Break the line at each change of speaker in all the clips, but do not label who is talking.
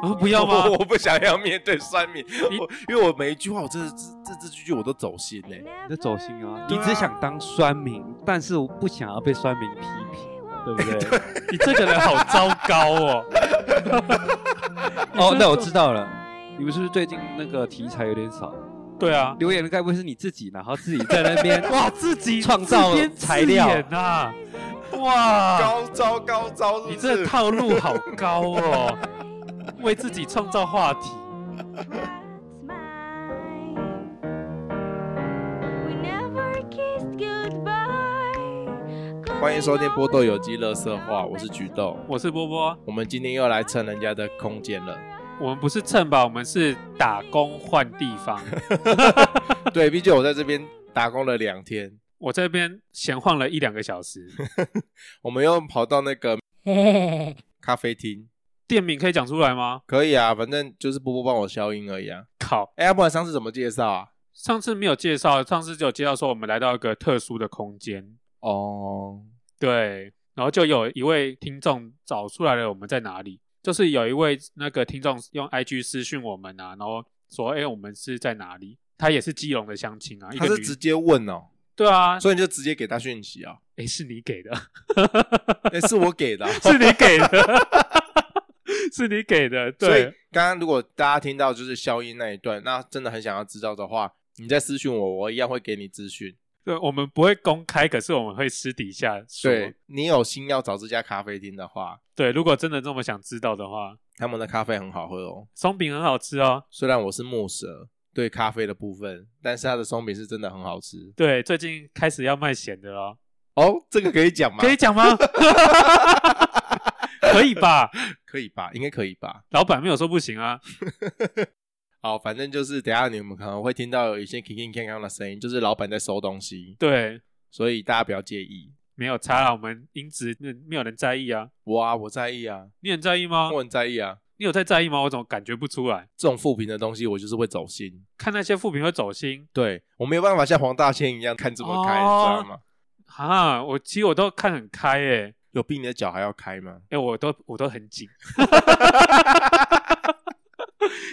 我说哦不要 吗？
我我不想要面对酸民，
你
我因为我每一句话，我真的这这这句句我都走心欸嘞、
你在走心啊！
对
你
啊
只想当酸民，但是我不想要被酸民批评，对不 对？你这个人好糟糕哦！ 哦，那我知道了，你们是不是最近那个题材有点少？
对啊，
留言的该不会是你自己，然后自己在那边
哇，自己
创造
自编
材
自
料
演啊呐，哇，
高招高招是
你
不是
这套路好高 哦，为自己创造话题。
欢迎收听波豆有机乐色话，我是菊豆。
我是波波，
我们今天又来蹭人家的空间了。
我们不是 蹭啊吧，我们是打工换地方。
对，毕竟我在这边打工了两天，
我这边闲晃了一两个 小时，
我们又跑到那个咖啡厅，
店名可以讲出来吗？
可以啊，反正就是波波帮我消音而已啊。
靠，
哎，要不然上次怎么介绍啊？
上次没有介绍，上次只有介绍说我们来到一个特殊的空间，
哦，
对，然后就有一位听众找出来了我们在哪里，就是有一位那个听众用 IG 私讯我们啊，然后说，哎、我们是在哪里？他也是基隆的乡亲啊，一
他
个
是
女
直，接问哦，
对啊，
所以你就直接给他讯息哦。
哎、是你给的，
哎，是我给的啊、
是你 给的，是你给的，
所以
对，
刚刚如果大家听到就是消音那一段，那真的很想要知道的话，你再私讯我，我一样会给你资讯。
对，我们不会公开，可是我们会私底下说，
对你有心要找这家咖啡厅的话，
对，如果真的这么想知道的话，
他们的咖啡很好喝哦。
松饼很好吃哦。
虽然我是木蛇对咖啡的部分，但是它的松饼是真的很好吃
对，最近开始要卖咸的了，
哦。这个可以讲吗？
可以讲吗？ 可以吧？
可以吧？应该可以吧？
老板没有说不行啊。
好，反正就是等一下你们可能会听到有一些 k i n g 铿锵的声音，就是老板在收东西，
对，
所以大家不要介意。
没有差啊啦，我们音质嗯没有人在意啊。
哇，我在意啊，
你很在意吗？
我很在意啊。
你有在在意吗？我怎么感觉不出来？
这种负评的东西，我就是会走心。
看那些副评会走心
对我没有办法像黄大仙一样看这么开，
哦
你知道吗？
啊！我其实我都看很开诶、欸，
有比你的脚还要开吗？
诶、哎我都我都很紧。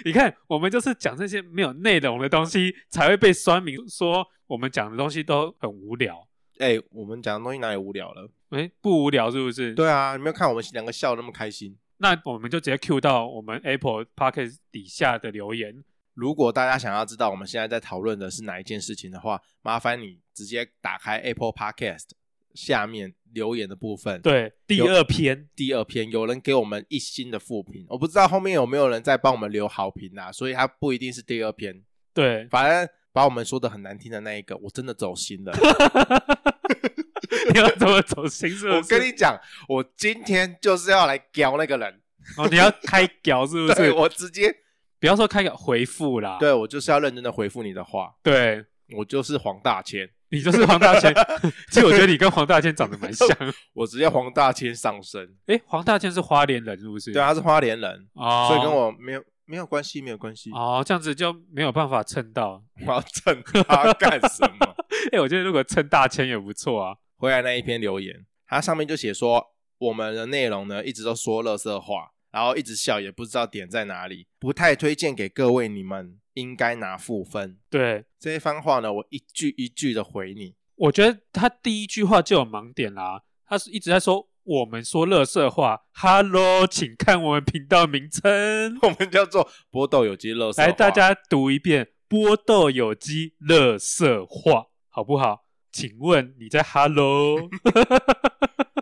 你看，我们就是讲这些没有内容的东西，才会被酸民说我们讲的东西都很无聊。
哎、我们讲的东西哪里无聊了？
诶，不无聊是不是？
对啊，你没有看我们两个笑得那么开心。
那我们就直接 Q 到我们 Apple Podcast 底下的留言。
如果大家想要知道我们现在在讨论的是哪一件事情的话，麻烦你直接打开 Apple Podcast 下面留言的部分。，
对，第
有
二篇，
第二篇有人给我们一星的负评，我不知道后面有没有人在帮我们留好评啦、所以它不一定是第二篇，，
对
反正把我们说的很难听的那一个，我真的走心了。
你要怎么走心是不是？
我跟你讲，我今天就是要来屌那个人，
哦，你要开屌是不
对
是？
我直接，
不要说开屌，回复啦。
对我就是要认真的回复你的话，
对，
我就是黄大千，
你就是黄大千。其实我觉得你跟黄大千长得蛮像。
我直接黄大千上身。
诶，黄大千是花莲人是不是？
对，啊他是花莲人，
哦，
所以跟我没有没有关系，没有关系。
哦，这样子就没有办法蹭到。
我要蹭他啊干什 么？
诶，我觉得如果蹭大千也不错啊。
回来那一篇留言，他上面就写说，我们的内容呢一直都说乐色话，然后一直笑，也不知道点在哪里，不太推荐给各位，你们应该拿负分。
对，
这一番话呢，我一句一句的回你。
我觉得他第一句话就有盲点啦，他是一直在说我们说乐色话，Hello，请看我们频道名称，
我们叫做波豆有机乐色话，
来大家读一遍波豆有机乐色话，好不好？请问你 在 Hello？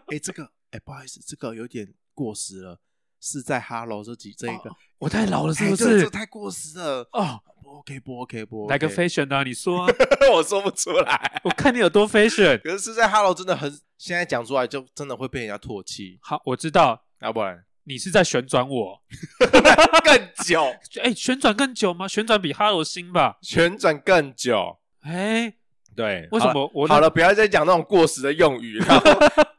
哎、这个哎、不好意思，这个有点过时了，是在 Hello 这几这一个、
我太老了是不
哎这
是
哦这？太过时了，
哦，
不 OK 不 OK 不 OK，
来个 fashion 啊，你说啊、
我说不出来。
我看你有多 fashion。
可是是在 Hello 真的很，现在讲出来就真的会被人家唾弃，
好，我知道
要不 然
你是在旋转我，
更 久，
哎，旋转更久吗？旋转比 Hello 新吧？
旋转更久。
哎，
对，
为什么我
好了？好了，不要再讲那种过时的用语， 然后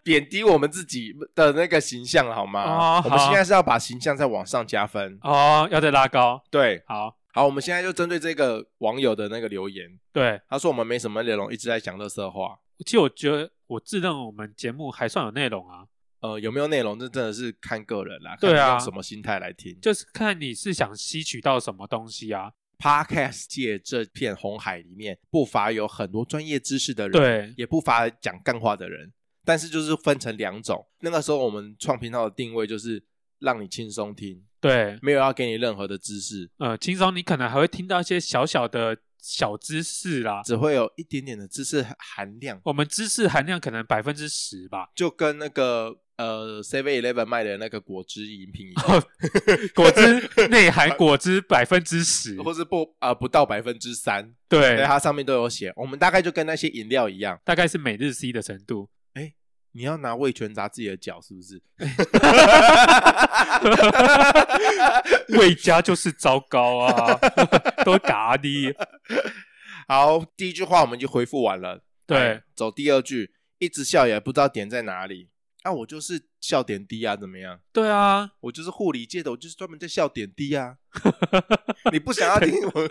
贬低我们自己的那个形象好吗？
哦
我们
好
现在是要把形象再往上加分。
哦，要再拉高，
对，
好，
好，我们现在就针对这个网友的那个留言，
对。
他说我们没什么内容，一直在讲乐色话。
其实我觉得我自认我们节目还算有内容啊，
呃有没有内容，这真的是看个人啦，
对
看你
啊
用什么心态来听。
就是看你是想吸取到什么东西啊。
Podcast 界这片红海里面，不乏有很多专业知识的人，，
对，
也不乏讲干话的人，但是就是分成两种。那个时候我们创频道的定位就是让你轻松听，
对，
没有要给你任何的知识，
呃，轻松，你可能还会听到一些小小的小知识啦。
只会有一点点的知识含量，
我们知识含量可能百分之十吧，
就跟那个呃 Seven Eleven 卖的那个果汁饮品一样。
果汁内含果汁百分之十，
或是不啊、不到百分之三，对
对，
它上面都有写。我们大概就跟那些饮料一样，
大概是每日 C 的程度。
你要拿味全砸自己的脚，是不是？
魏家就是糟糕啊， 都嘎的。
好，第一句话我们就回复完了。
对
哎，走第二句，一直笑也不知道点在哪里。啊，我就是笑点低啊，怎么样？
对啊，
我就是护理界的，我就是专门在笑点低啊。你不想要听我，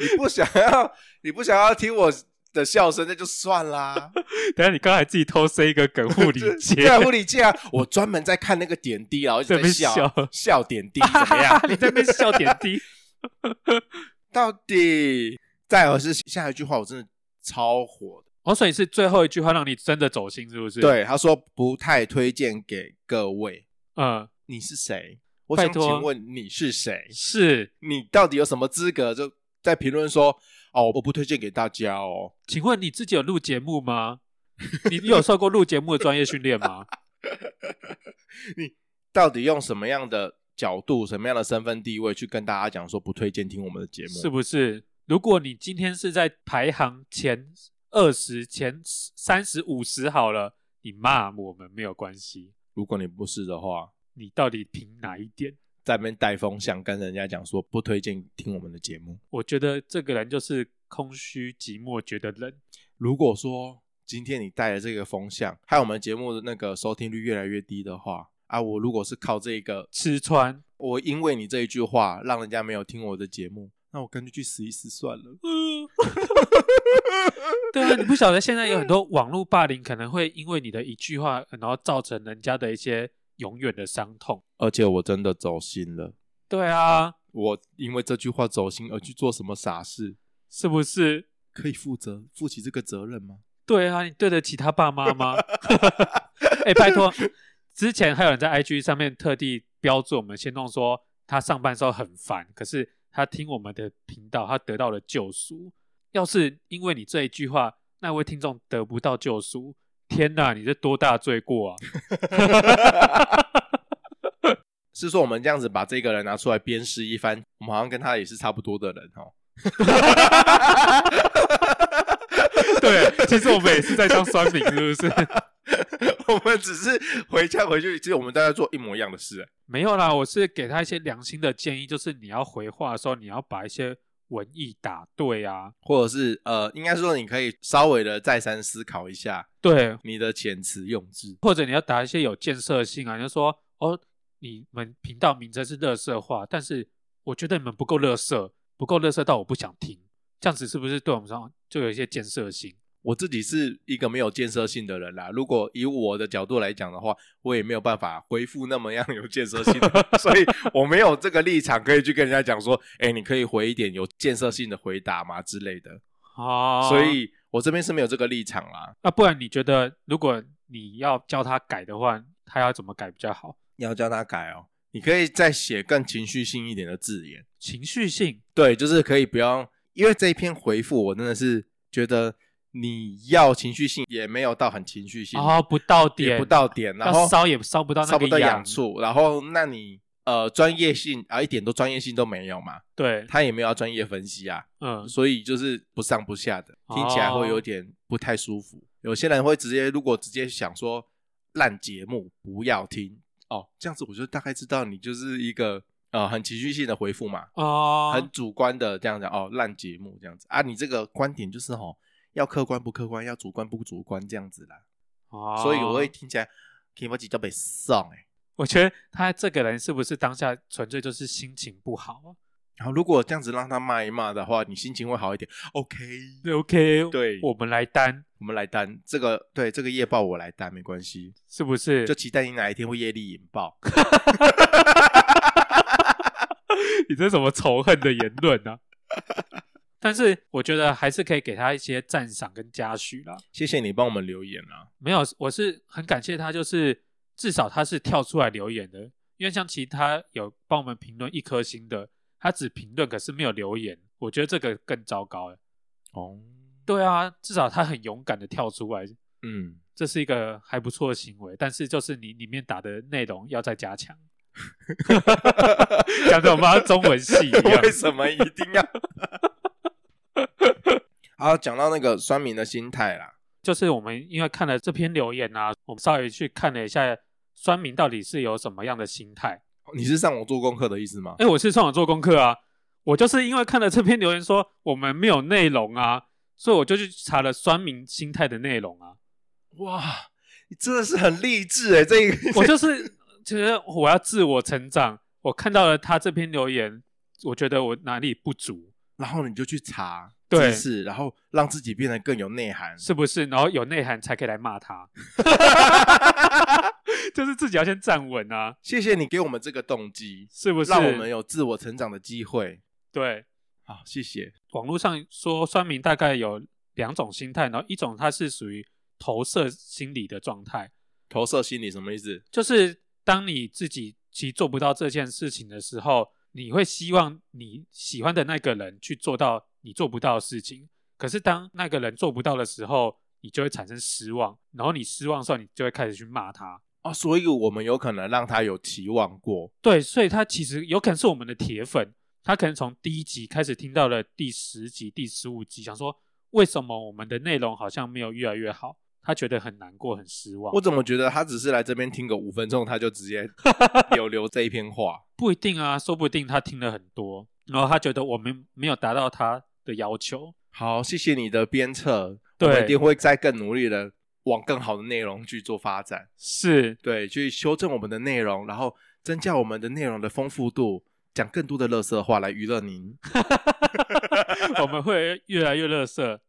你不想要，你不想要听我的笑声，那就算啦。
等一下你刚才自己偷塞一个梗护 理
对
界
啊，，护理界啊，我专门在看那个点滴啊，我一直
在
在
那边
笑
笑
笑点滴怎么 样？
你在那边笑点低。
到底再而是下一句话，我真的超火的。
哦，所以是最后一句话让你真的走心，是不是？，
对，他说不太推荐给各位。
嗯，
你是谁？我
拜
想
托
请问你是谁？
是。
你到底有什么资格就在评论说哦，我不推荐给大家哦？
请问你自己有录节目吗？ 你你有受过录节目的专业训练吗？
到底用什么样的角度、什么样的身份地位去跟大家讲说不推荐听我们的节目？
是不是？如果你今天是在排行前二十、前三十、五十好了，你骂我们没有关系。
如果你不是的话，
你到底凭哪一点？
在那边带风向，跟人家讲说不推荐听我们的节目。
我觉得这个人就是空虚、寂寞、觉得冷。
如果说今天你带了这个风向，害我们节目的那个收听率越来越低的话，啊，我如果是靠这个，
吃穿。
我因为你这一句话让人家没有听我的节目，那我干脆去死一死算了。
对啊，你不晓得现在有很多网络霸凌，可能会因为你的一句话，然后造成人家的一些永远的伤痛。
而且我真的走心了，
对啊，
我因为这句话走心而去做什么傻事，
是不是？
可以负责负起这个责任吗？
对啊，你对得起他爸妈吗？哎、拜托，之前还有人在 IG 上面特地标注我们先弄说他上班的时候很烦，可是他听我们的频道，他得到了救赎。要是因为你这一句话，那位听众得不到救赎，天哪，你这多大罪过啊！
是说我们这样子把这个人拿出来鞭尸一番，我们好像跟他也是差不多的人哦。
对，其实我们也是在当酸民，是不是？
我们只是回家回去，其实我们大家做一模一样的事、欸
没有啦，我是给他一些良心的建议，就是你要回话的时候，你要把一些文意打对啊。
或者是呃，应该说你可以稍微的再三思考一下
对，
你的遣词用字。
或者你要打一些有建设性啊，你就说哦，你们频道名称是乐色化，但是我觉得你们不够乐色，不够乐色到我不想听，这样子是不是对我们上就有一些建设性？
我自己是一个没有建设性的人啦，如果以我的角度来讲的话，我也没有办法回复那么样有建设性的，所以我没有这个立场可以去跟人家讲说，哎、你可以回一点有建设性的回答嘛之类的。
哦，
所以我这边是没有这个立场啦。
啊，不然你觉得如果你要教他改的话，他要怎么改比较好？
你要教他改哦，你可以再写更情绪性一点的字眼。
情绪性，
对，就是可以不要，因为这一篇回复我真的是觉得你要情绪性也没有到很情绪性，
然后哦不到点，
也啊不到点，然后
要烧也烧不到那个
烧不到
痒
处，然后那你呃专业性啊一点都专业性都没有嘛，
对，
他也没有要专业分析啊，
嗯，
所以就是不上不下的，听起来会
哦
有点不太舒服。有些人会直接如果直接想说烂节目不要听哦，这样子我就大概知道你就是一个呃很情绪性的回复嘛，
哦，
很主观的这样讲哦，烂节目这样子啊，你这个观点就是哦，要客观不客观，要主观不主观这样子啦，
哦
所以我会听起来 k i m o j i 叫被送哎，
我觉得他这个人是不是当下纯粹就是心情不好啊？
然后如果这样子让他骂一骂的话，你心情会好一点。OK，
OK，
对
我们来担，
我们来担这个，对这个夜报我来担，没关系。
是不是？
就期待你哪一天会业力引爆。
你这什么仇恨的言论啊？ 但是我觉得还是可以给他一些赞赏跟嘉许啦。
谢谢你帮我们留言啊，
没有，我是很感谢他，就是至少他是跳出来留言的，因为像其他有帮我们评论一颗星的，他只评论可是没有留言，我觉得这个更糟糕了。
哦，
对啊，至少他很勇敢的跳出来，
嗯，
这是一个还不错的行为，但是就是你里面打的内容要再加强， 讲的我们好像中文系一样
为。什么一定要？ 好，讲到那个酸民的心态啦，
就是我们因为看了这篇留言啊，我们稍微去看了一下酸民到底是有什么样的心态。
哦你是上网做功课的意思吗？
哎，我是上网做功课啊，我就是因为看了这篇留言说我们没有内容啊，所以我就去查了酸民心态的内容 啊。
哇，你真的是很励志哎，这个
我就是觉得我要自我成长，我看到了他这篇留言，我觉得我哪里不足，
然后你就去查
对
知识，然后让自己变得更有内涵。
是不是？然后有内涵才可以来骂他， 就是自己要先站稳啊，
谢谢你给我们这个动机，
是不是？
让我们有自我成长的机会。
对。
好，谢谢。
网络上说酸民大概有两种心态，然后一种它是属于投射心理的状态，
投射心理什么意思？
就是当你自己其实做不到这件事情的时候，你会希望你喜欢的那个人去做到你做不到的事情。可是当那个人做不到的时候，你就会产生失望，然后你失望的时候，你就会开始去骂他。
哦，所以我们有可能让他有期望过。
对，所以他其实有可能是我们的铁粉，他可能从第一集开始听到了第十集、第十五集，想说为什么我们的内容好像没有越来越好，他觉得很难过、很失望
我。怎么觉得他只是来这边听个五分钟，他就直 接有留这一篇话？
不一定啊，说不定他听了很多，然后他觉得我们没有达到他的要求。
好，谢谢你的鞭策，
对
我们一定会再更努力的往更好的内容去做发展。
是，
对，去修正我们的内容，然后增加我们的内容的丰富度，讲更多的乐色话来娱乐您。
我们会越来越乐色。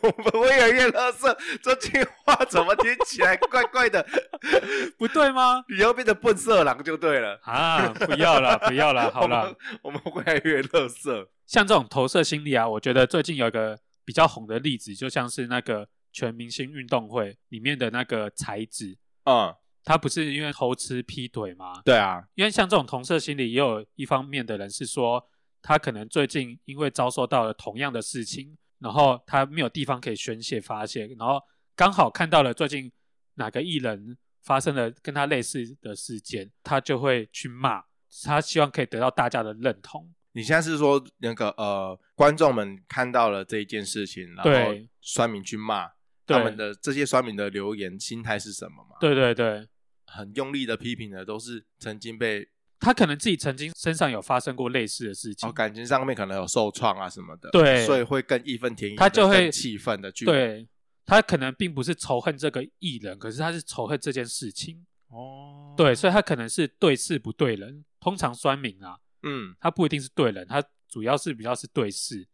我们会越来越乐色，这句话怎么听起来怪怪的？
不对吗？
以后变成笨色狼就对了。
啊，不要了，不要了，好了。
我们，我们会越来越乐色。
像这种投射心理啊，我觉得最近有一个比较红的例子，就像是那个全明星运动会里面的那个才子，
嗯，
他不是因为偷吃劈腿吗？
对啊，
因为像这种投射心理，也有一方面的人是说，他可能最近因为遭受到了同样的事情，然后他没有地方可以宣泄发泄，然后刚好看到了最近哪个艺人发生了跟他类似的事件，他就会去骂，他希望可以得到大家的认同。
你现在是说那个呃，观众们看到了这一件事情，然后
对
酸民去骂
对
他们的这些酸民的留言心态是什么吗？，
对对对，
很用力的批评的都是曾经被
他可能自己曾经身上有发生过类似的事情，
哦感情上面可能有受创啊什么的，
对
所以会更义愤填膺地，
他就会
更气愤的去
对他可能并不是仇恨这个艺人，可是他是仇恨这件事情，
哦，
对，所以他可能是对事不对人。通常酸民啊，
嗯，
他不一定是对人，他主要是比较是对事。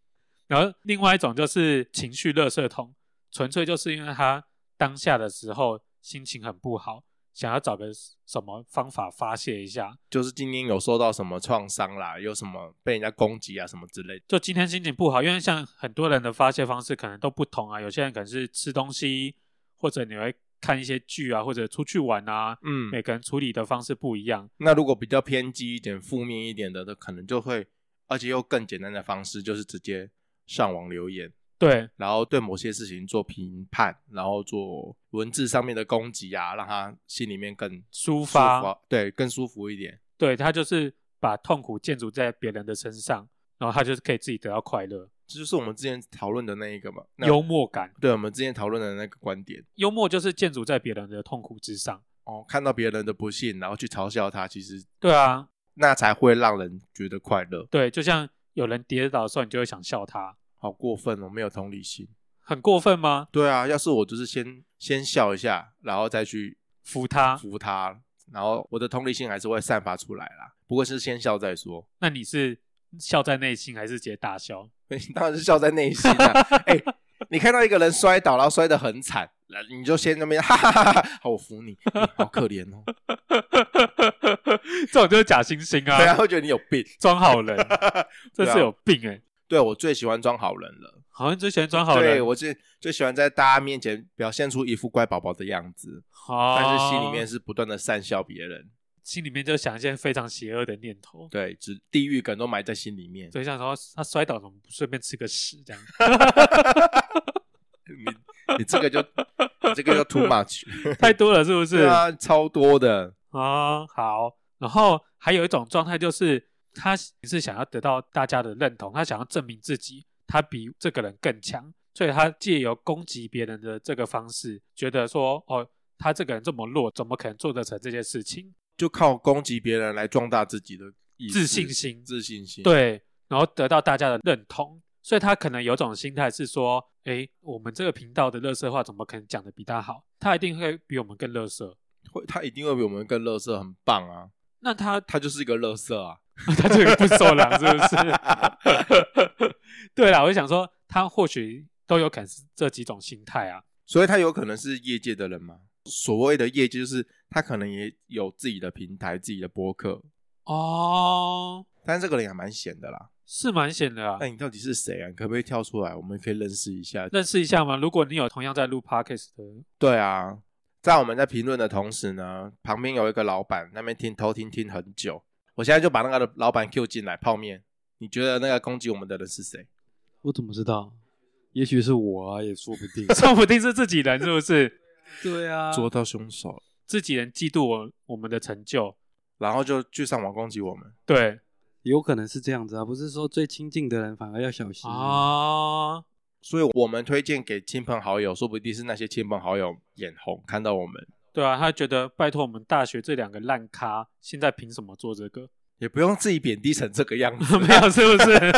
然后另外一种就是情绪垃圾桶，纯粹就是因为他当下的时候心情很不好，想要找个什么方法发泄一下，
就是今天有受到什么创伤啦，有什么被人家攻击啊什么之类的，
就今天心情不好，因为像很多人的发泄方式可能都不同啊，有些人可能是吃东西，或者你会看一些剧啊，或者出去玩啊，
嗯
每个人处理的方式不一样。
那如果比较偏激一点、负面一点的，那可能就会，而且又更简单的方式，就是直接上网留言，
对
然后对某些事情做评判，然后做文字上面的攻击啊，让他心里面更
抒
舒
发
服啊对，更舒服一点。
对，他就是把痛苦建筑在别人的身上，然后他就是可以自己得到快乐、
这就是我们之前讨论的那一个嘛，那
幽默感。
对我们之前讨论的那个观点
幽默就是建筑在别人的痛苦之上。
哦，看到别人的不幸，然后去嘲笑他，其实
对啊，
那才会让人觉得快乐。
对，就像有人跌倒的时候，你就会想笑他，
好过分哦，没有同理心。
很过分吗？
对啊，要是我就是先先笑一下，然后再去
扶他，
扶他，然后我的同理心还是会散发出来啦。不过是先笑再说，
那你是笑在内心，还是直接大笑？
当然是笑在内心啊。哎、你看到一个人摔倒，然后摔得很惨，那你就先那边 哈哈哈哈，好，我扶你，你好可怜 哦。
这种就是假惺惺
对啊，
啊，
会觉得你有病。
装好人，这
对啊
是有病哎、
对我最喜欢装好人了。
好像之前装好
对
人，
我最最喜欢在大家面前表现出一副乖宝宝的样子，
好，
但是心
哦
里面是不断的善笑别人。
心里面就想一些非常邪恶的念头，
对，只地狱梗都埋在心里面。
所以想说他摔倒怎么不顺便吃个屎 这样？
你你这个就你这个就 too much，
太多了是不是？
对啊，超多的。
啊、好。然后还有一种状态就是，他是想要得到大家的认同，他想要证明自己，他比这个人更强，所以他借由攻击别人的这个方式，觉得说，哦，他这个人这么弱，怎么可能做得成这些事情？
就靠攻击别人来壮大自己的意识
自信心
自信心。，
对，然后得到大家的认同，所以他可能有种心态是说，诶，我们这个频道的乐色话怎么可能讲得比他好？他一定会比我们更乐色。
会他一定会比我们更乐色，很棒啊！
那他
他就是一个乐色啊，
他这个不受狼是不是？ 对啦，我就想说，他或许都有可能是这几种心态啊。
所以他有可能是业界的人嘛。所谓的业界就是他可能也有自己的平台、自己的播客，
哦，
但这个人也蛮闲的啦。
是蛮险的啊
那、。你到底是谁啊？你可不可以跳出来？我们可以认识一下。
认识一下吗？如果你有同样在录 podcast 的，。
对啊，在我们在评论的同时呢，旁边有一个老板那边听偷听听很久，我现在就把那个老板 Q 进来泡面。你觉得那个攻击我们的人是谁？
我怎么知道？也许是我啊，也说不定
说不定是自己人，是不是？
对啊
捉到凶手了，
自己人嫉妒我我们的成就，
然后就去上网攻击我们。
对
有可能是这样子啊，不是说最亲近的人反而要小心啊。
啊，
所以我们推荐给亲朋好友，说不定是那些亲朋好友眼红看到我们，
对啊，他觉得拜托我们大学这两个烂咖，现在凭什么做这个？。
也不用自己贬低成这个 样子
啊
没有，是不是？。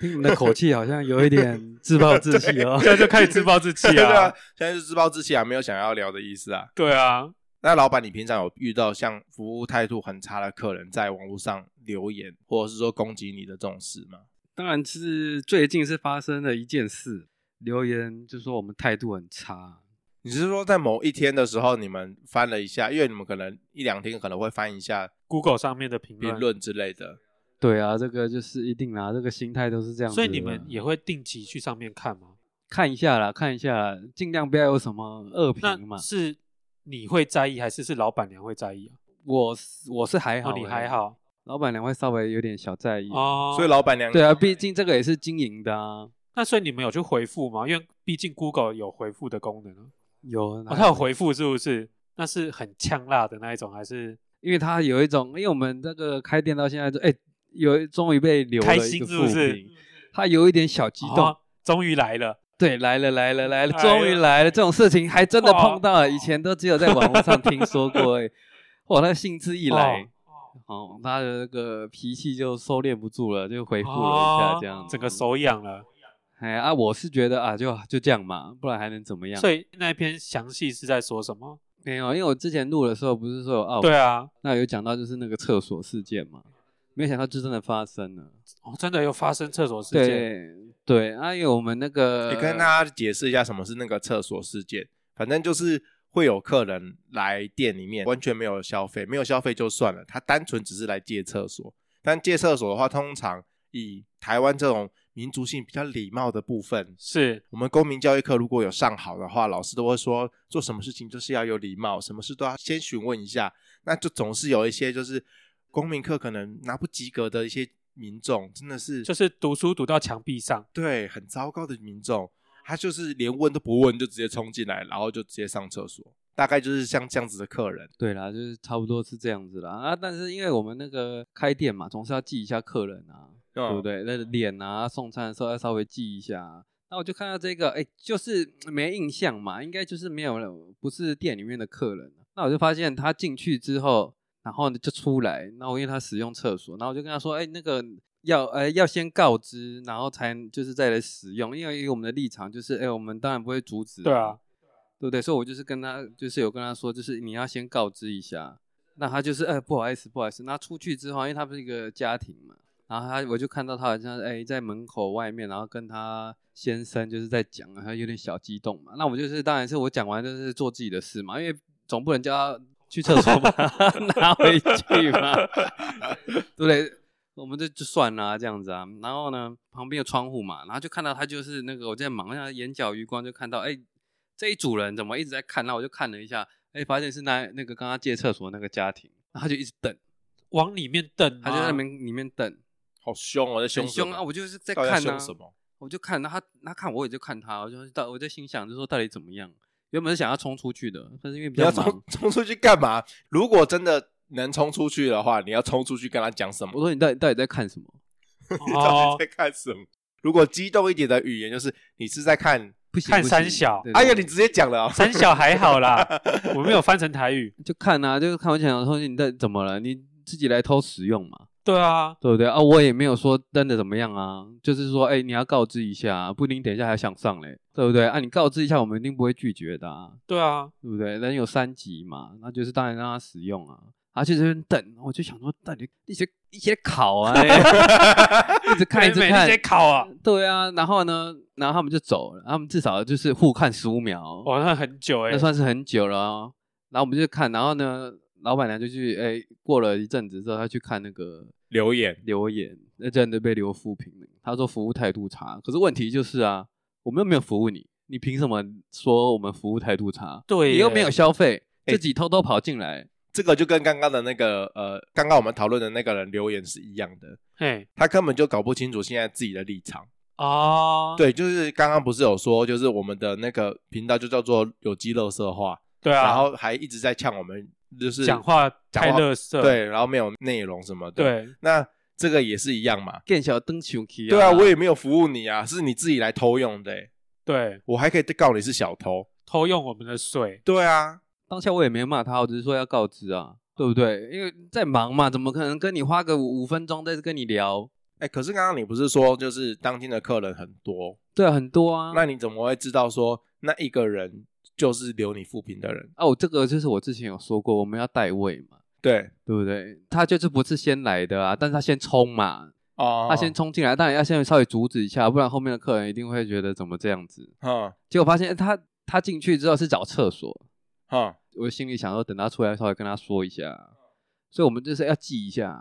听你们的口气好像有一点自暴自弃哦对
现在就开始自暴自 弃
对啊
啊！，
现在是自暴自弃啊，没有想要聊的意思啊。
对啊，
那老板，你平常有遇到像服务态度很差的客人在网络上留言，或者是说攻击你的这种事吗？
当然是最近是发生了一件事，留言就说我们态度很差。
你是说在某一天的时候，你们翻了一下，因为你们可能一两天可能会翻一下
Google 上面的评
评论之类的，
对啊，这个就是一定啦，这个心态都是这样子啊
所
的啦。
以你们也会定期去上面看吗？
看一下啦，看一下啦，尽量不要有什么恶评嘛
那。是你会在意，还是是老板娘会在意啊？
我是我是还好、嗯
哦，你还，好
老板娘会稍微有点小在意。
哦。
所以老板娘
对啊，毕竟这个也是经营的啊。
那所以你们有去回复吗？因为毕竟 Google 有回复的功能啊。
有，
哦，它有回复是不是？那是很呛辣的那一种，还是
因为他有一种，因为我们这个开店到现在就，哎、有终于被留了
开
一
心
个
是不
负
是
评，？他有一点小激动。
哦终于来了，
对，来了来了来了，
来
终于
了
来了，这种事情还真的
哇
碰到了，以前都只有在网络上听说过、 哎，哇，那兴致一来，哦，他的那个脾气就收敛不住了，就回复了一下，这样、
哦整个。手痒了。
哎啊，我是觉得啊，就就这样嘛，不然还能怎么样？
所以那一篇详细是在说什么？
没有，因为我之前录的时候不是说有啊，
对啊，
那有讲到就是那个厕所事件嘛，没想到就真的发生了。
哦，真的有发生厕所事件。
对对，啊，有我们那个，
你跟大家解释一下什么是那个厕所事件。反正就是会有客人来店里面完全没有消费，没有消费就算了，他单纯只是来借厕所。但借厕所的话，通常以台湾这种民族性比较礼貌的部分，
是，
我们公民教育课如果有上好的话，老师都会说做什么事情就是要有礼貌，什么事都要先询问一下。那就总是有一些就是公民课可能拿不及格的一些民众，真的是
就是读书读到墙壁上，
对，很糟糕的民众，他就是连问都不问就直接冲进来，然后就直接上厕所，大概就是像这样子的客人。
对啦，就是差不多是这样子啦啊。但是因为我们那个开店嘛，总是要记一下客人啊，
嗯
对不对？那脸啊，送餐的时候要稍微记一下啊、那我就看到这个，哎，就是没印象嘛，应该就是没有了，不是店里面的客人啊、那我就发现他进去之后，然后呢就出来，那我因为他使用厕所，然后我就跟他说，哎，那个要呃要先告知，然后才就是再来使用，因为因为我们的立场就是，哎，我们当然不会阻止，
对啊，
对不对？所以我就是跟他，就是有跟他说，就是你要先告知一下。那他就是哎、不好意思不好意思，那出去之后，因为他不是一个家庭嘛，然后他我就看到他好像哎、在门口外面，然后跟他先生就是在讲，啊他有点小激动嘛。那我就是当然是我讲完就是做自己的事嘛，因为总不能叫他去厕所把他 拿回去嘛，对不对？我们就就算啦、这样子啊。然后呢，旁边有窗户嘛，然后就看到他就是那个我在忙，然后眼角余光就看到，哎、这一组人怎么一直在看？那我就看了一下，哎、发现是那那个刚刚借厕所那个家庭，然后他就一直等，
往里面瞪吗，
他就在那边里面等，
好凶哦，在啊凶
很
什么
凶啊！我就是在
到底在
看啊
凶什么？
我就看，那他他看我也就看他，我就到我在心想，就说到底怎么样？原本是想要冲出去的，但是因为比
你
较
要
忙
冲，冲出去干嘛？如果真的能冲出去的话，你要冲出去跟他讲什
我
么？
说你到底到底在看什么？
你
哦
到底在看什么？如果激动一点的语言，就是你是在看，
不行，
看
不行
三小
对对
哎呀，
对
你直接讲了、哦，
三小还好啦，我没有翻成台语。
就看啊，就是看我想说你到底怎么了？你自己来偷使用嘛，
对啊，
对不对啊？我也没有说真的怎么样啊，就是说，哎、你要告知一下啊，不一定等一下还想上嘞，对不对啊？你告知一下，我们一定不会拒绝的啊。
对啊，
对不对？人有三级嘛，那就是当然让他使用啊。而且这边等，我就想说，到底一些一些考 啊，一直看一直
美美
看
那，些考啊，
对啊。然后呢，然后他们就走了，他们至少就是互看十五秒，
哇，那很久哎、
那算是很久了、哦。然后我们就看，然后呢，老板娘就去，哎，过了一阵子之后，她去看那个
留言
留言，那真的被留负评了。她说服务态度差，可是问题就是啊，我们又没有服务你，你凭什么说我们服务态度差？
对欸耶，
你又没有消费，
哎
自己偷偷跑进来，
这个就跟刚刚的那个呃，刚刚我们讨论的那个人留言是一样的，
嘿
他根本就搞不清楚现在自己的立场。
啊，
对，就是刚刚不是有说，就是我们的那个频道就叫做有机乐色化，
对啊，
然后还一直在呛我们，就是
讲话
讲
太
话
乐色，
对，然后没有内容什么的。，
对
那这个也是一样嘛。
更小灯熊 k
对啊，我也没有服务你啊，是你自己来偷用的欸、
对，
我还可以告你是小偷。
偷用我们的水，
对啊，
当下我也没骂他，我只是说要告知啊，对不对？因为在忙嘛，怎么可能跟你花个五五分钟在这跟你聊？
哎、可是刚刚你不是说就是当天的客人很多，
对啊，很多啊。
那你怎么会知道说那一个人就是留你负评的人？
哦，我这个就是我之前有说过，我们要代位嘛，
对
对不对？他就是不是先来的啊，但是他先冲嘛，
哦，
他先冲进来，当然要先稍微阻止一下，不然后面的客人一定会觉得怎么这样子。
嗯
结果发现哎他他进去之后是找厕所，
嗯，
我心里想说，等他出来稍微跟他说一下，所以我们就是要记一下。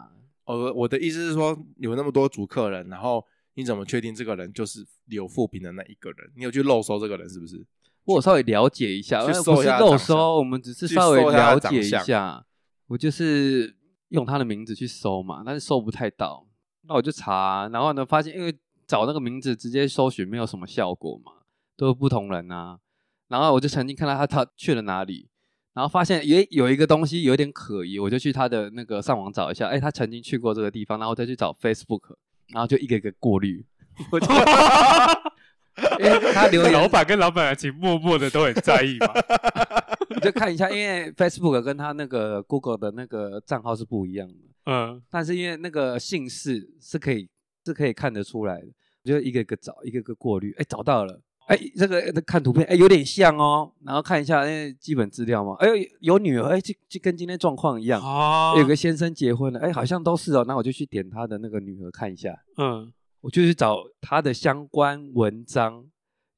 哦我我的意思是说，有那么多组客人，然后你怎么确定这个人就是有负评的那一个人？你有去漏搜这个人是不是？
我有稍微了解一下，
去
呃
搜
不
一
是
下他
漏
长相
搜，我们只是
去
稍微
搜一下他
了
长
解一
相
下。我就是用他的名字去搜嘛，但是搜不太到，那我就查，然后呢发现，因为找那个名字直接搜寻没有什么效果嘛，都是不同人啊。然后我就曾经看到他他去了哪里，然后发现也有一个东西有点可疑，我就去他的那个上网找一下，哎，他曾经去过这个地方，然后再去找 Facebook，然后就一个一个过滤。 我 就因为他留言
老板跟老板的情默默的都很在意嘛，
你就看一下，因为 Facebook 跟他那个 Google 的那个账号是不一样的，
嗯，
但是因为那个姓氏是可以是可以看得出来的，我就一个一个找，一个一个过滤，哎，找到了，哎，这个那看图片，哎，有点像哦，然后看一下，哎，基本资料嘛，哎，有女儿，哎，就就跟今天状况一样，
啊，
有个先生结婚了，哎，好像都是哦，那我就去点他的那个女儿看一下，
嗯，
我就去找他的相关文章，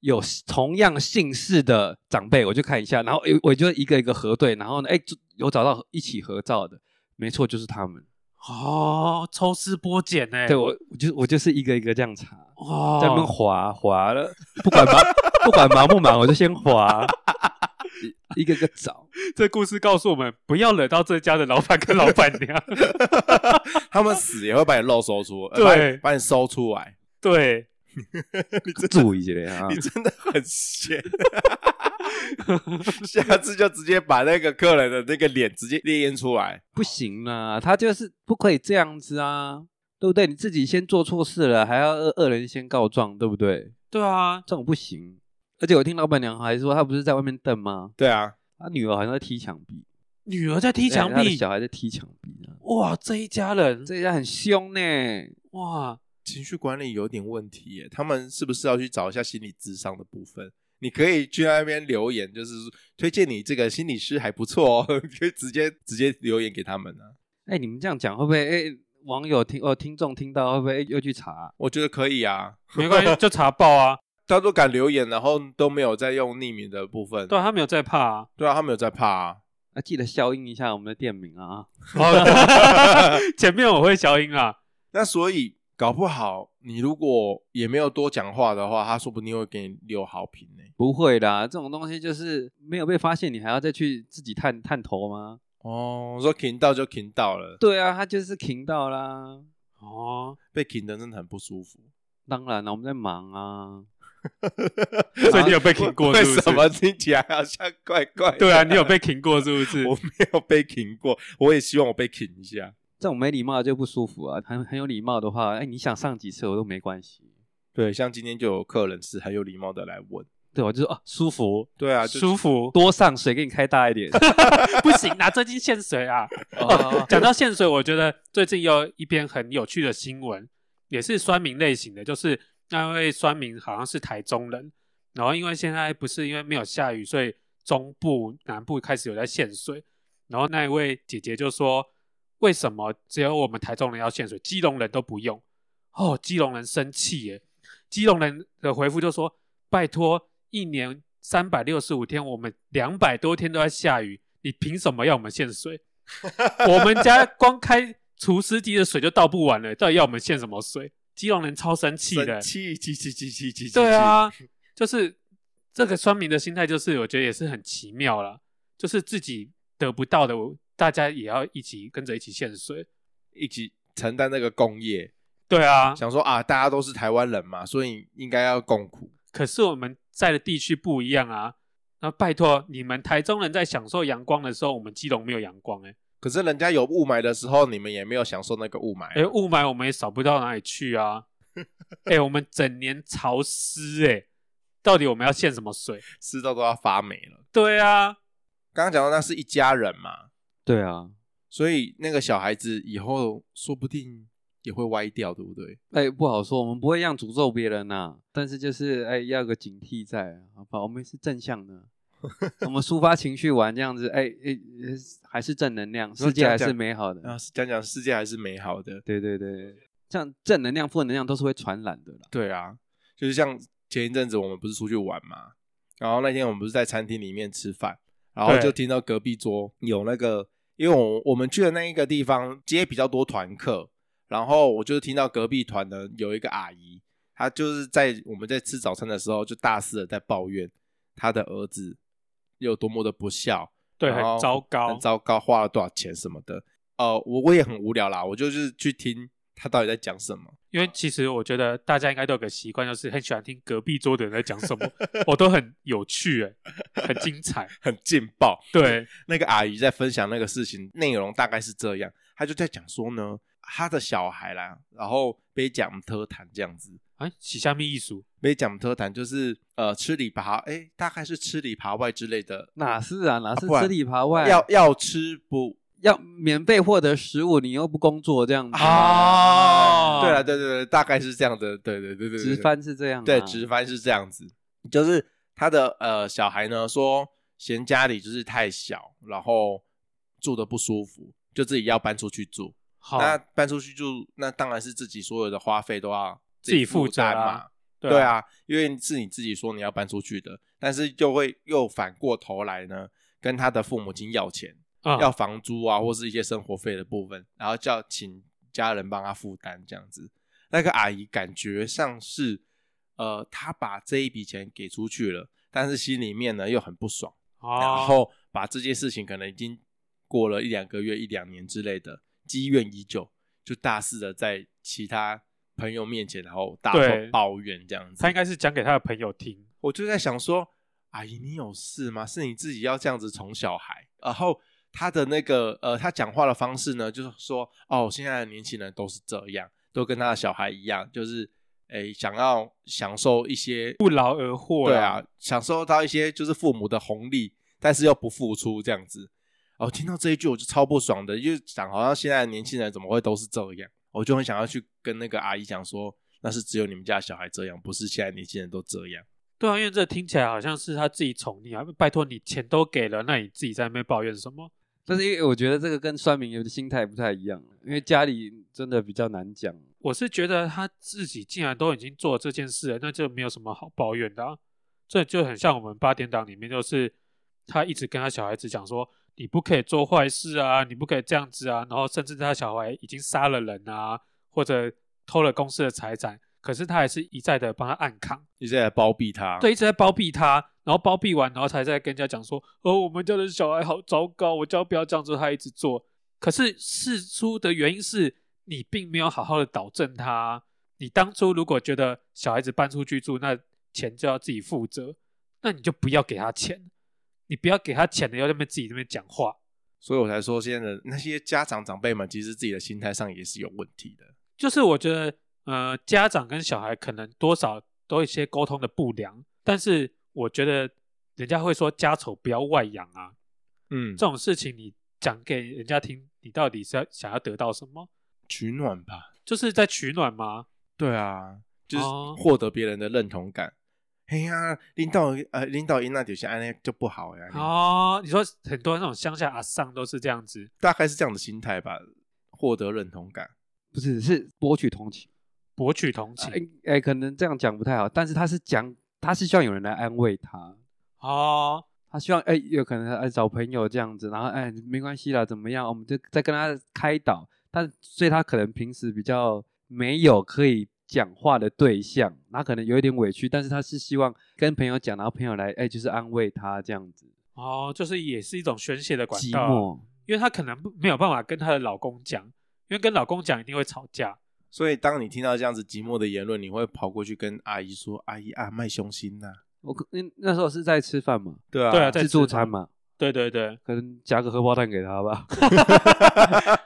有同样姓氏的长辈，我就看一下，然后诶我就一个一个核对，然后呢，哎，就有找到一起合照的，没错，就是他们。
哦，抽丝剥茧哎，哦
对我，我就我就是一个一个这样查，
哇，
在那边划划了，不管忙 不管忙不忙，我就先划，一一个一个找。
这故事告诉我们，不要惹到这家的老板跟老板 娘。
他们死也会把你漏搜出，呃
对
把你把你搜出来，
对，
注意一下啊
你！真的很闲。 下次就直接把那个客人的那个脸直接列印出来，
不行啦，他就是不可以这样子啊，对不对？你自己先做错事了，还要恶恶人先告状，对不对？
对啊，
这种不行。而且我听老板娘还说，她不是在外面瞪吗？
对啊，
她女儿好像在踢墙壁，
女儿在踢
踢
墙壁，
哎小孩在踢墙壁啊，
哇，这一家人，
这家很凶呢。
哇，
情绪管理有点问题耶，他们是不是要去找一下心理智商的部分？你可以去那边留言，就是推荐你这个心理师还不错哦， 你可以直接直接留言给他们啊。
哎，你们这样讲会不会？哎，网友听哦，听众听到会不会又去查？
我觉得可以啊，
没关系，就查爆啊。
他都敢留言，然后都没有在用匿名的部分，
对啊，他没有在怕啊。
对啊，他没有在怕啊。
啊，记得消音一下我们的店名啊！
好 的，哦前面我会消音啊。
那所以搞不好你如果也没有多讲话的话，他说不定会给你留好评呢、
不会啦，这种东西就是没有被发现，你还要再去自己探探头吗？
哦，我说停到就停到了，
对啊，他就是停到啦。
哦，
被停的真的很不舒服。
当然了，我们在忙啊。
所以你有被停过是不是
为什么听起来好像怪怪的？
对啊，你有被停过是不是？
我没有被停过，我也希望我被停一下。
这种没礼貌的就不舒服啊，很很有礼貌的话，哎、你想上几次我都没关系。
对，像今天就有客人是很有礼貌的来问，
对，我就说啊，舒服，
对啊，就
舒服，
多上水给你开大一 点。
不行啊，最近限水啊。
哦
讲到限水，我觉得最近有一篇很有趣的新闻，也是酸民类型的，就是那位酸民好像是台中人，然后因为现在不是因为没有下雨，所以中部、南部开始有在限水，然后那一位姐姐就说，为什么只有我们台中人要限水，基隆人都不用？哦，基隆人生气耶，基隆人的回复就说，拜托，一年三百六十五天，我们两百多天都在下雨，你凭什么要我们限水？我们家光开除湿机的水就倒不完了，到底要我们限什么水？基隆人超生气的
生，气气气气气气，气
对，啊， 就是这个酸民的心态，就是我觉得也是很奇妙啦，就是自己得不到的，大家也要一起跟着一起限水。
一起承担那个工业，
对啊，
想说啊，大家都是台湾人嘛，所以应该要共苦。
可是我们在的地区不一样啊。那拜托，你们台中人在享受阳光的时候，我们基隆没有阳光哎、欸，
可是人家有雾霾的时候，你们也没有享受那个雾霾啊、
哎、雾霾我们也少不到哪里 去啊。哎、我们整年潮湿哎、到底我们要限什么水？
吃到都要发霉了。
对啊，
刚刚讲到那是一家人嘛，
对啊，
所以那个小孩子以后说不定也会歪掉，对不对？
哎、不好说，我们不会这样诅咒别人呐、但是就是哎、要有个警惕在啊，好不好？我们是正向 的，我们抒发情绪玩这样子，哎、哎、呃还是正能量，
说
世界还
讲
是
讲
美好的。
啊，讲讲世界还是美好的。
对对对，像正能量、负能量都是会传染的啦。
对啊，就是像前一阵子我们不是出去玩嘛，然后那天我们不是在餐厅里面吃饭，然后
对
就听到隔壁桌有那个，因为我我们去的那一个地方接比较多团客，然后我就听到隔壁团的有一个阿姨，她就是在我们在吃早餐的时候就大肆的在抱怨她的儿子有多么的不孝，
对，
然
很
后
糟糕，
哦很糟糕，花了多少钱什么的。呃，我我也很无聊啦，我就是去听她到底在讲什么。
因为其实我觉得大家应该都有个习惯，就是很喜欢听隔壁桌的人在讲什 么，我都很有趣、欸，很精彩。
很劲爆。
对，
那个阿姨在分享那个事情内容大概是这样，她就在讲说呢，她的小孩啦，然后被讲特谈这样子，
哎，喜虾米艺术，
被讲特谈就是呃吃里扒，哎、大概是吃里扒外之类的，
哪是啊，哪是
不然
吃里扒外？
要要吃不
要免费获得食物，你又不工作这样子
啊
啊对了，对对对，大概是这样的，对对对对对，
直翻是这样、啊，
对，直翻是这样子，就是他的呃小孩呢说嫌家里就是太小，然后住的不舒服，就自己要搬出去住。
好，
那搬出去住，那当然是自己所有的花费都要
自己
负
负责
担
啊
嘛。对，因为是你自己说你要搬出去的，但是就会又反过头来呢，跟他的父母亲要钱，
嗯
要房租啊，或是一些生活费的部分，然后叫请家人帮他负担这样子。那个阿姨感觉上是，呃，她把这一笔钱给出去了，但是心里面呢又很不爽。然
哦，
后把这件事情可能已经过了一两个月、一两年之类的，积怨已久，就大肆的在其他朋友面前，然后大
对
抱怨这样子
他。应该是讲给他的朋友听，
我就在想说，阿姨，你有事吗？是你自己要这样子宠小孩？然后他的那个呃，他讲话的方式呢，就是说，哦，现在的年轻人都是这样，都跟他的小孩一样，就是诶，想要享受一些
不劳而获。
对啊，，享受到一些就是父母的红利，但是又不付出这样子。哦，听到这一句我就超不爽的，因为想好像现在的年轻人怎么会都是这样，我就很想要去跟那个阿姨讲说，那是只有你们家的小孩这样，不是现在年轻人都这样。
对啊，因为这听起来好像是他自己宠溺啊，拜托你钱都给了，那你自己在那边抱怨什么？
但是因为我觉得这个跟酸民有的心态不太一样，因为家里真的比较难讲。
我是觉得他自己既然都已经做这件事了，那就没有什么好抱怨的、啊。这就很像我们八点档里面，就是他一直跟他小孩子讲说，你不可以做坏事啊，你不可以这样子啊。然后甚至他小孩已经杀了人啊，或者偷了公司的财产，可是他还是一再的帮他暗扛，
你在包庇他，
对，一直在包庇他。然后包庇完，然后才在跟人家讲说，哦，我们家的小孩好糟糕，我叫他不要这样做，他一直做。可是事出的原因是你并没有好好的导正他啊。你当初如果觉得小孩子搬出去住，那钱就要自己负责，那你就不要给他钱，你不要给他钱的，要在那边自己在那边讲话。
所以我才说现在的那些家长长辈们，其实自己的心态上也是有问题的。
就是我觉得，呃，家长跟小孩可能多少都有一些沟通的不良，但是我觉得人家会说家丑不要外扬啊，
嗯
这，种事情你讲给人家听，你到底是要想要得到什么？
取暖吧。
就是在取暖吗？
对啊，就是
哦
获得别人的认同感。哎呀，领导呃，领导因那底下安就不好
嗯
呀。
哦，你说很多那种乡下阿桑都是这样子，
大概是这样的心态吧，获得认同感。
不是，是博取同情。
博取同情、
哎、哎可能这样讲不太好，但是他是讲，他是希望有人来安慰他，
哦，
他希望哎、有可能哎找朋友这样子，然后哎没关系啦，怎么样，我们就再跟他开导。但所以他可能平时比较没有可以讲话的对象，他可能有一点委屈，但是他是希望跟朋友讲，然后朋友来哎就是安慰他这样子，
哦，就是也是一种宣泄的管
寂
道啊，
寞。
因为她可能不没有办法跟她的老公讲，因为跟老公讲一定会吵架。
所以，当你听到这样子寂寞的言论，你会跑过去跟阿姨说：“阿姨啊，卖凶心呐、
我可那那时候是在吃饭嘛，
对啊，
对啊在
自
吃
助
饭
餐嘛，
对对对，
可能夹个荷包蛋给他吧，
啊，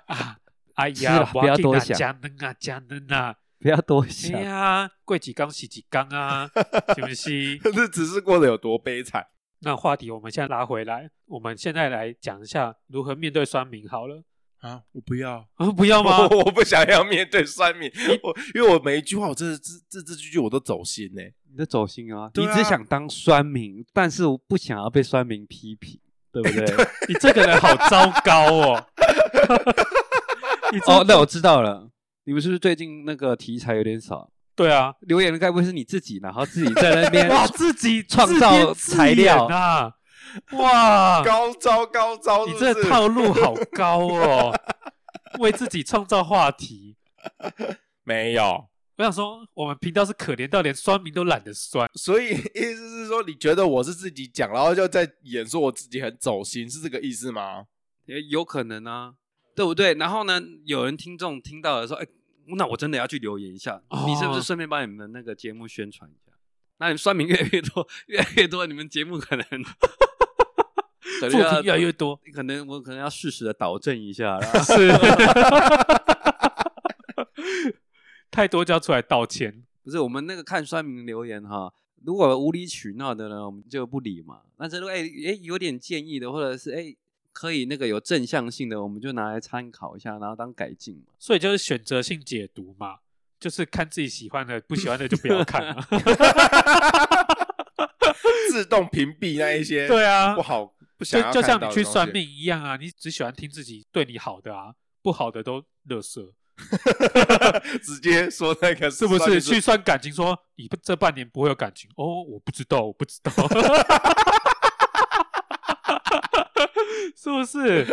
哎
是
呀
啦，不要多想啊
加能啊，加能 啊，
不要多
哎
想。
呀，贵几缸洗几缸啊，是不是？
日子是过得有多悲惨。
那话题我们现在拉回来，我们现在来讲一下如何面对酸民好了。
啊，我不要，
啊，不要吗？
我我不想要面对酸民，我因为我每一句话，我真的字字字句句我都走心呢、
你的走心啊，
对
你
啊
只想当酸民，但是我不想要被酸民批评，对 不对？
你这个人好糟糕哦！你
哦
真，
那我知道了，你们是不是最近那个题材有点少？
对啊，
留言的该不会是你自己，然后自己在 那边
哇，自己
创
自
造
编自
材料
演啊，哇，
高招高招
啊你
是不
这
是，
个套路好高哦，为自己创造话题。
没有。
我想说，我们频道是可怜到连酸民都懒得酸，
所以意思是说，你觉得我是自己讲，然后就在演说我自己很走心，是这个意思吗？
也有可能啊，对不对？然后呢，有人听众听到了说，哎，那我真的要去留言一下，
哦
你是不是顺便把你们那个节目宣传一下？那你们酸民越来越多， 越来越多，你们节目可 能可
作
能要
品越来越多，
可能我可能要适时的导正一下啦，
是 太多就要出来道歉。
不是我们那个看酸民留言哈，如果无理取闹的呢，我们就不理嘛。但是如果哎哎有点建议的，或者是哎可以那个有正向性的，我们就拿来参考一下，然后当改进嘛。
所以就是选择性解读嘛，就是看自己喜欢的，不喜欢的就不要看啊 了。
自动屏蔽那一些，
对啊
不，好不想
就
要
就像
看到
你
的
去
东
算
西
命一样啊，你只喜欢听自己对你好的啊，不好的都乐色。
直接说那个
是不
算
是去算感情说？你不这半年不会有感情哦？我不知道，我不知道， 是不是？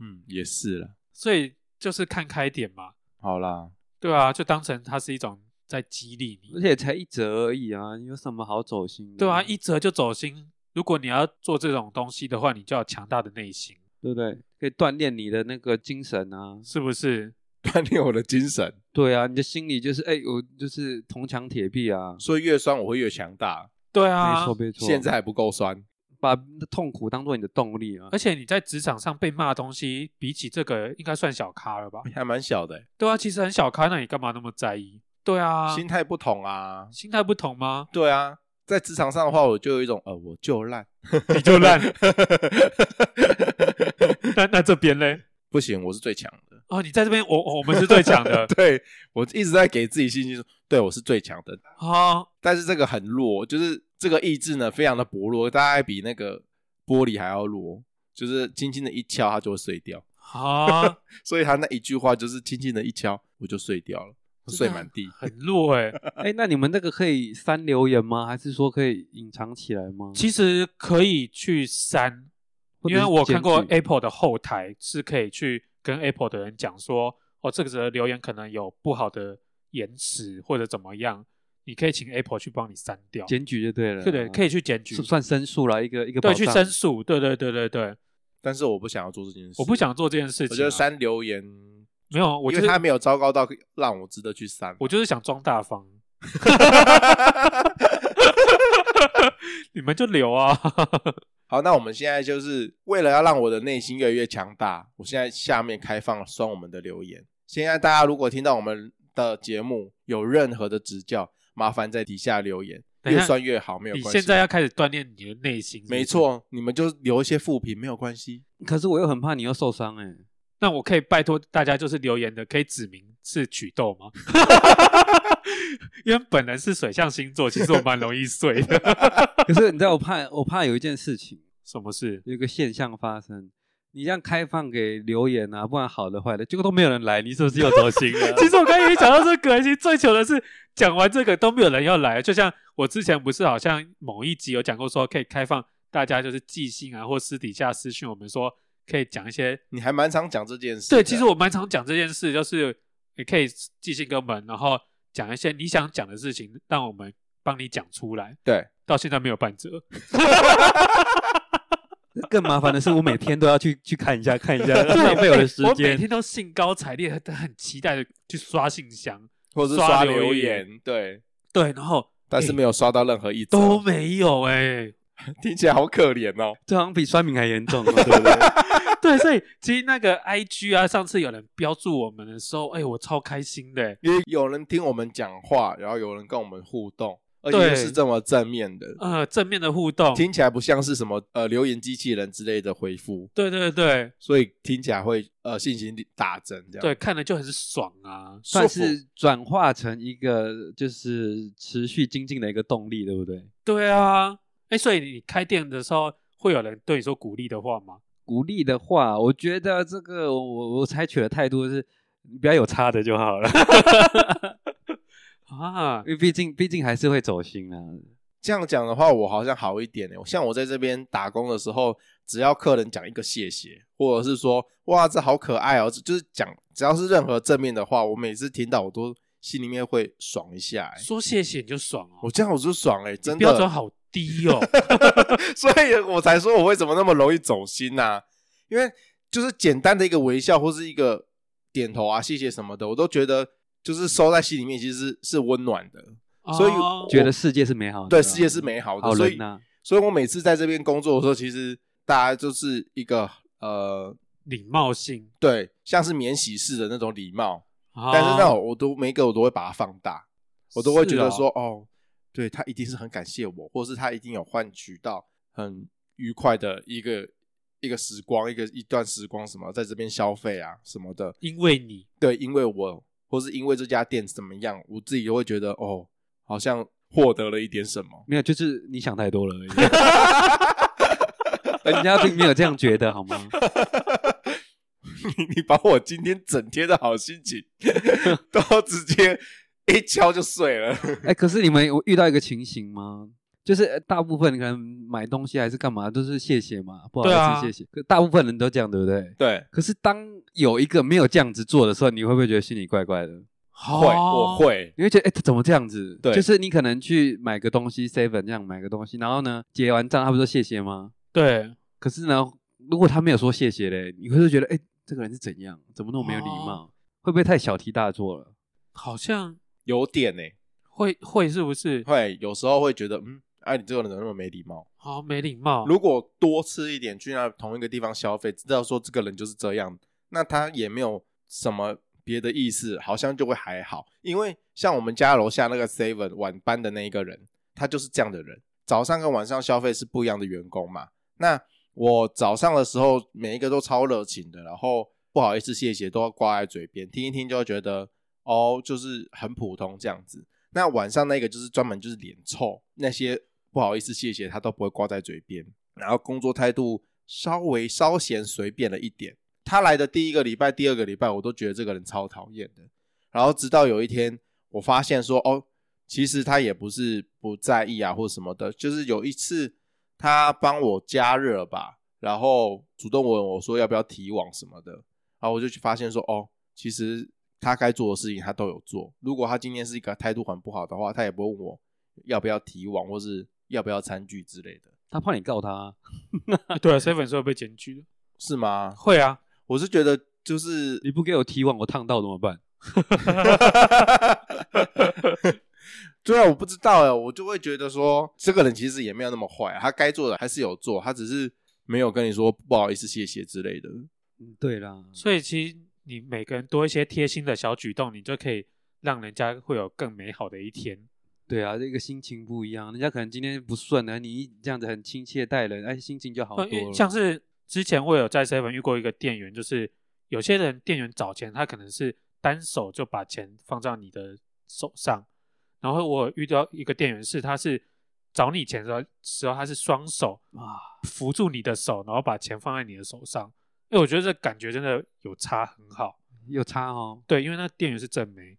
嗯，也是了。
所以就是看开点嘛，
好啦，
对啊，就当成它是一种在激励
而
你，
且才一折而已啊，有什么好走心的？
对
嗯
啊，一折就走心。如果你要做这种东西的话，你就要强大的内心，
对不对？可以锻炼你的那个精神啊。
是不是？
锻炼我的精神，
对啊，你的心里就是哎，我就是铜墙铁壁啊。
所以越酸我会越强大。
对
没
啊
错，，没错。
现在还不够酸，
把痛苦当做你的动力啊。
而且你在职场上被骂的东西，比起这个应该算小咖了吧？
还蛮小的欸、欸
对啊，其实很小咖，那你干嘛那么在意？对啊，
心态不同啊。
心态不同吗？
对啊，在职场上的话，我就有一种呃，我就烂，
你就 烂，那那这边嘞？
不行，我是最强的。
哦，你在这边，我我我们是最强 的。
对我一直在给自己信心，说对我是最强的。
好、哦，
但是这个很弱，就是这个意志呢非常的薄弱，大概比那个玻璃还要弱，就是轻轻的一敲它就会碎掉。
啊，
所以他那一句话就是轻轻的一敲，我就碎掉了，我
真的
碎
啊
满地。
很弱 哎、
哎，那你们那个可以删留言吗？还是说可以隐藏起来吗？
其实可以去删，
或者
因为
是
我看过
检举
Apple 的后台是可以去跟 Apple 的人讲说，哦，这个则留言可能有不好的延迟或者怎么样，你可以请 Apple 去帮你删掉。
检举就对了，啊
对对，可以去检举
是，算申诉了，一个一个
对，
保
去
障
申诉，对对对对对，
但是我不想要做这件事，
我不想，做这件事情啊、
我觉得删留言，
没有，我
因
就
为
是
他没有糟糕到让我值得去删。
我就是想装大方， 你们就留啊，
好，那我们现在就是为了要让我的内心越来越强大，我现在下面开放双我们的留言。现在大家如果听到我们的节目有任何的指教，麻烦在底下留言，
等一
越
下
酸越好，没有
你
关系。
现在要开始锻炼你的内心，是不是
没。错，你们就留一些负评，没有关系。
可是我又很怕你又受伤哎、
那我可以拜托大家，就是留言的可以指明是曲豆吗？ 因为本人是水象星座，其实我蛮容易碎的。
可是你知道我怕，我怕有一件事情，
什么事？
有一个现象发生，你这样开放给留言啊，不管好的坏的，结果都没有人来，你是不是又走心
其
了？
实我刚才也讲到这个，其实最糗的是讲完这个都没有人要来。就像我之前不是好像某一集有讲过，说可以开放大家就是寄信啊，或私底下私讯我们说可以讲一些。
你还蛮常讲这件事的。
对，其实我蛮常讲这件事，就是你可以寄信给我们，然后讲一些你想讲的事情，让我们帮你讲出来。
对，
到现在没有半折。
更麻烦的是，我每天都要去去看一下看一 下，浪费我的时
我每
间。
天都兴高采烈，很很期待的去刷信箱。
或者是
刷
刷
留
留
言
言，对，
对，然后
但是没有刷到任何一则，
都没有哎、
听起来好可怜哦。
这好像比酸民还严重 哦，对不对？
对，所以其实那个 IG 啊，上次有人标注我们的时候，哎、我超开心的、
因为有人听我们讲话，然后有人跟我们互动，而且
对
又是这么正面的，
呃，正面的互动。
听起来不像是什么呃留言机器人之类的回复，
对对对
所以听起来会呃信心大增这样。
对，，看了就很爽啊。
算
舒服
是转化成一个就是持续精进的一个动力，对不对？
对啊，哎、所以你开店的时候会有人对你说鼓励的话吗？
鼓励的话，我觉得这个我我我采取的态度是，你不要有差的就好了，
啊
哎
因，为毕竟毕竟还是会走心啊。
这样讲的话，我好像好一点呢。欸像我在这边打工的时候，只要客人讲一个谢谢，或者是说哇这好可爱哦，就是讲只要是任何正面的话，我每次听到我都心里面会爽一下欸。
说谢谢你就爽哦
我，这样我就爽哎、真的
标准好低哦。
所以我才说我为什么那么容易走心呐、因为就是简单的一个微笑或是一个点头啊，谢谢什么的，我都觉得就是收在心里面，其实是是温暖的。 所以
哦
觉得世界是美好的，啊
对，世界是美好啊的，
好
所
人啊
以
呐、
所以我每次在这边工作的时候，其实大家就是一个呃，
礼貌性，啊
对，像是免洗式的那种礼貌，
但
但是那种我都每一个我都会把它放大，我都会觉得
是
说，哦，对他一定是很感谢我，或是他一定有换取到很愉快的一个一个时光，一个一段时光什么，在这边消费啊什么的。
因为你
对，因为我或是因为这家店怎么样，我自己就会觉得，哦，好像获得了一点什么。
没有，就是你想太多了而 已。人家并没有这样觉得，好吗？
你你把我今天整天的好心情都直接一敲就碎了。
哎、可是你们有遇到一个情形吗？就是呃大部分可能买东西还是干嘛，都是谢谢嘛，不好意
对
思，
啊
谢谢。可大部分人都这样，对不对？
对，
可是当有一个没有这样子做的时候，你会不会觉得心里怪怪的？
会，
会
我会。
你会觉得，哎、他怎么这样子？
对
就是你可能去买个东西，seven 这样买个东西，然后呢，结完账，他不是说谢谢吗？
对，
可是呢，如果他没有说谢谢嘞，你会不会觉得，哎、这个人是怎样？怎么那么没有礼貌？
哦
会不会太小题大做了？
好像
有点呢、欸，
会会是不是？
会有时候会觉得，嗯，哎、你这个人怎么那么没礼貌？
好没礼貌。
如果多吃一点，去那同一个地方消费，知道说这个人就是这样，那他也没有什么别的意思，好像就会还好。因为像我们家楼下那个 Seven 晚班的那一个人，他就是这样的人，早上跟晚上消费是不一样的员工嘛。那我早上的时候，每一个都超热情的，然后不好意思谢谢都要挂在嘴边，听一听就会觉得哦，就是很普通这样子。那晚上那个就是专门就是脸臭那些不好意思、谢谢，他都不会挂在嘴边。然后工作态度稍微稍显随便了一点。他来的第一个礼拜、第二个礼拜，我都觉得这个人超讨厌的。然后直到有一天，我发现说，哦，其实他也不是不在意啊，或什么的。就是有一次，他帮我加热吧，然后主动问我说要不要提网什么的。然后我就去发现说，哦，其实他该做的事情他都有做。如果他今天是一个态度很不好的话，他也不会问我要不要提网，或是要不要餐具之类的，
他怕你告他啊，
对啊，seven 是会被检举的。
是吗？
会啊，
我是觉得就是
你不给我踢碗，我烫到怎么办？
对啊，我不知道哎，我就会觉得说，这个人其实也没有那么坏、他该做的还是有做，他只是没有跟你说不好意思、谢谢之类的。
嗯，对啦，
所以其实你每个人多一些贴心的小举动，你就可以让人家会有更美好的一天。
对啊，这个心情不一样，人家可能今天不顺啊，你一这样子很亲切待人，哎，心情就好多
呃因为
了。
像是之前我有在 seven 遇过一个店员，就是有些人店员找钱，他可能是单手就把钱放到你的手上，然后我有遇到一个店员是他是找你钱的时候，时候他是双手
啊，
扶住你的手，然后把钱放在你的手上。因为我觉得这感觉真的有差很好，
有差哦，
对，因为那店员是正妹，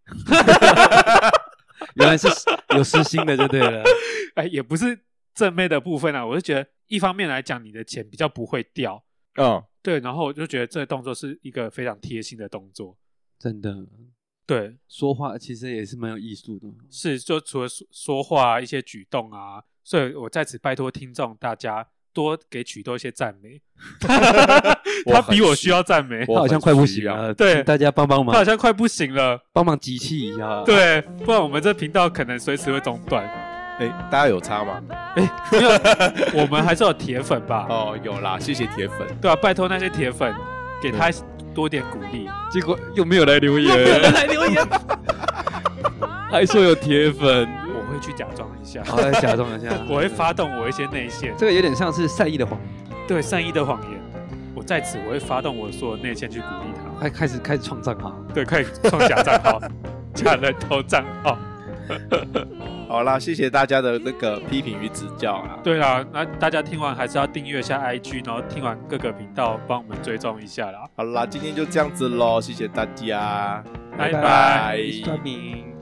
原来是有私心的就对了。
哎，也不是正妹的部分啊，我就觉得一方面来讲，你的钱比较不会掉，
嗯，
对，然后我就觉得这个动作是一个非常贴心的动作，
真的，
对，
说话其实也是蛮有艺术的。
是就除了说说话、啊、一些举动啊，所以我在此拜托听众大家多给曲多一些赞 美，他比我需要赞美，
他
我
好像
很
快不
需
行
要
了，
对
请大家帮帮
他
忙
好，像快不行了，
帮忙集气一下。，
对，不然我们这频道可能随时会中断。
哎、大家有差吗？
没有，我们还是有铁粉吧？
哦，有啦，谢谢铁粉。
对啊，拜托那些铁粉，给他多点鼓励。
结果又没有来留言，
来留言，
还说有铁粉，
我会去假装一下，。
好，来假装一下
我会发动我一些内线，
这个有点像是善意的谎，
对善意的谎言。我在此我会发动我所有内线去鼓励他。
还开始开始创账号。
对，快创假账 号，假人头账号。
好啦，谢谢大家的那个批评与指教啊。
对啦，那大家听完还是要订阅一下 IG，然后听完各个频道帮我们追踪一下啦。
好啦，今天就这样子喽，谢谢大家，
拜
拜
拜
我是专明。